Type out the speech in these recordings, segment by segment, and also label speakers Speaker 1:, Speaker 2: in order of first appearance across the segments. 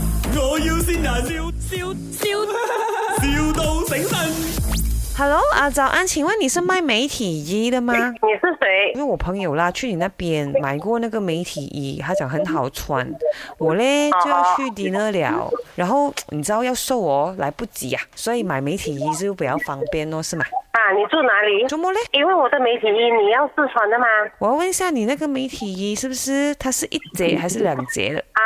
Speaker 1: 要先人，笑笑笑，,笑到醒神。
Speaker 2: Hello 啊，早安，请问你是卖媒体衣的吗？
Speaker 3: 你是谁
Speaker 2: 因？为我朋友啦去你那边买过那个媒体衣，他讲很好穿，我嘞
Speaker 3: 啊
Speaker 2: 就要去 dinner 了，然后你知道要瘦哦，来不及呀、所以买媒体衣就比较方便哦，是吗？
Speaker 3: 啊，你住哪里？
Speaker 2: 周末嘞，
Speaker 3: 因为我的媒体衣你要试穿的吗？
Speaker 2: 我要问一下你那个媒体衣是不是它是一节还是两节的？
Speaker 3: 啊，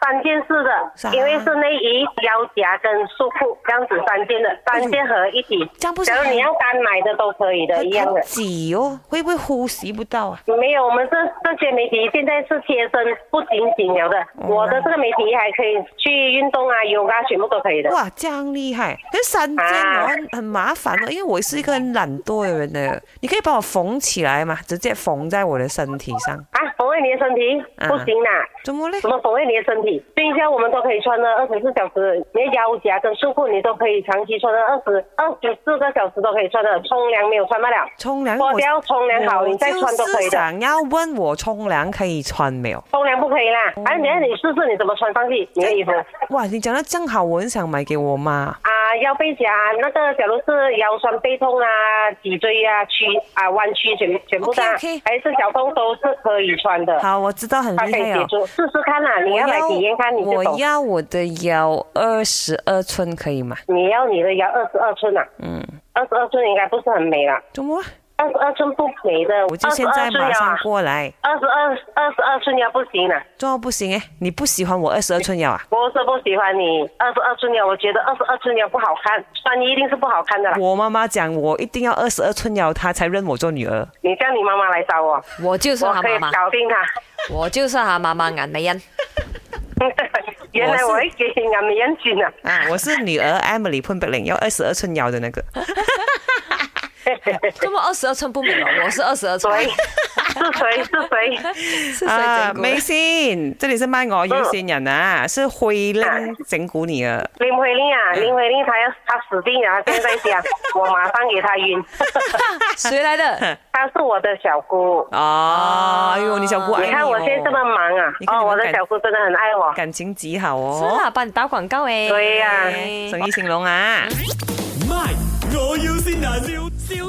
Speaker 3: 三件式的
Speaker 2: 啥，
Speaker 3: 因为是内衣、腰夹跟束裤这样子三件的，三件合一体。
Speaker 2: 这样不是
Speaker 3: 假如你要单买的都可以的，一样
Speaker 2: 很
Speaker 3: 的。
Speaker 2: 挤哦，会不会呼吸不到啊？
Speaker 3: 没有，我们这这些媒体衣现在是贴身，不紧紧了的。
Speaker 2: 哦
Speaker 3: 我的这个媒体衣还可以去运动啊、yoga 全部都可以的。
Speaker 2: 哇，这样厉害！可是三件哦
Speaker 3: 啊
Speaker 2: 很很麻烦哦，因为我是一个很懒惰的人呢。你可以帮我缝起来嘛，直接缝在我的身体上。
Speaker 3: 啊，缝纫你的身体、
Speaker 2: 嗯
Speaker 3: 不行啦、
Speaker 2: 怎么嘞
Speaker 3: 什？么所谓你的身体？冰箱我们都可以穿的二十四小时，你的腰夹跟束裤你都可以长期穿的二十二十四个小时都可以穿的。冲凉没有穿不了，
Speaker 2: 冲凉
Speaker 3: 脱
Speaker 2: 我
Speaker 3: 掉冲凉好，你再穿
Speaker 2: 我就
Speaker 3: 都可
Speaker 2: 啊
Speaker 3: 以
Speaker 2: 是
Speaker 3: 的。
Speaker 2: 想要问我冲凉可以穿没有？
Speaker 3: 冲凉不可以啦，哎、你看你试试你怎么穿上去你的衣服
Speaker 2: 哇，你讲的正好，我很想买给我妈。
Speaker 3: 啊，腰背夹那个，假如是腰酸背痛啊、脊椎啊、曲啊、弯曲全全部的啊
Speaker 2: OK，OK
Speaker 3: 还是小痛都是可以穿的，
Speaker 2: 好，我知道很
Speaker 3: 它
Speaker 2: 厉
Speaker 3: 可以
Speaker 2: 害
Speaker 3: 解
Speaker 2: 哦。
Speaker 3: 除，试试看啦、你
Speaker 2: 我
Speaker 3: 要来体验看你就
Speaker 2: 我
Speaker 3: 懂。
Speaker 2: 要我的腰二十二寸可以吗？
Speaker 3: 你要你的腰二十二寸啊，
Speaker 2: 嗯，
Speaker 3: 二十二寸应该不是很美啦。
Speaker 2: 怎么了？
Speaker 3: 二十二寸不美的，
Speaker 2: 我就现在马上过来。
Speaker 3: 啊二十二二十二寸腰不行了、
Speaker 2: 这样不行诶，你不喜欢我二十二寸腰啊？
Speaker 3: 我是不喜欢你二十二寸腰，我觉得二十二寸腰不好看，穿衣一定是不好看的啦。
Speaker 2: 我妈妈讲我一定要二十二寸腰，她才认我做女儿。
Speaker 3: 你叫你妈妈来找我，
Speaker 4: 我就是
Speaker 3: 我
Speaker 4: 他
Speaker 3: 可以
Speaker 4: 妈妈，
Speaker 3: 搞定 她。
Speaker 4: 我就是他妈妈颜美欣。
Speaker 3: 原来我会给你俺们人群啊！
Speaker 2: 啊，我是女儿 Emily 潘碧玲，要二十二寸腰的那 个。
Speaker 4: 这么二十二寸不美了，我是二十二寸，
Speaker 3: 谁是谁是谁？
Speaker 4: 是谁整蛊
Speaker 2: 啊美
Speaker 4: 的？
Speaker 2: 心，这里是卖我有线人啊，是慧玲整蛊你儿。
Speaker 3: 林慧玲
Speaker 2: 嗯
Speaker 3: 啊，林慧玲她要她死定了，她现在讲我马上给她晕，
Speaker 4: 谁来 的？
Speaker 3: 她是我的小姑。
Speaker 2: 哦，哎呦，你小姑爱
Speaker 3: 你看
Speaker 2: 哦
Speaker 3: 我现在这么忙啊
Speaker 2: 你，看你
Speaker 3: 哦，
Speaker 2: 们
Speaker 3: 我的
Speaker 2: 感
Speaker 3: 小姑真的很爱我。
Speaker 2: 感情极好
Speaker 4: 是
Speaker 2: 哦，
Speaker 4: 啊，帮你打广告
Speaker 2: 哎
Speaker 4: 诶。哎
Speaker 3: 对呀
Speaker 2: 生意兴隆啊。
Speaker 1: 卖，我要先人，笑笑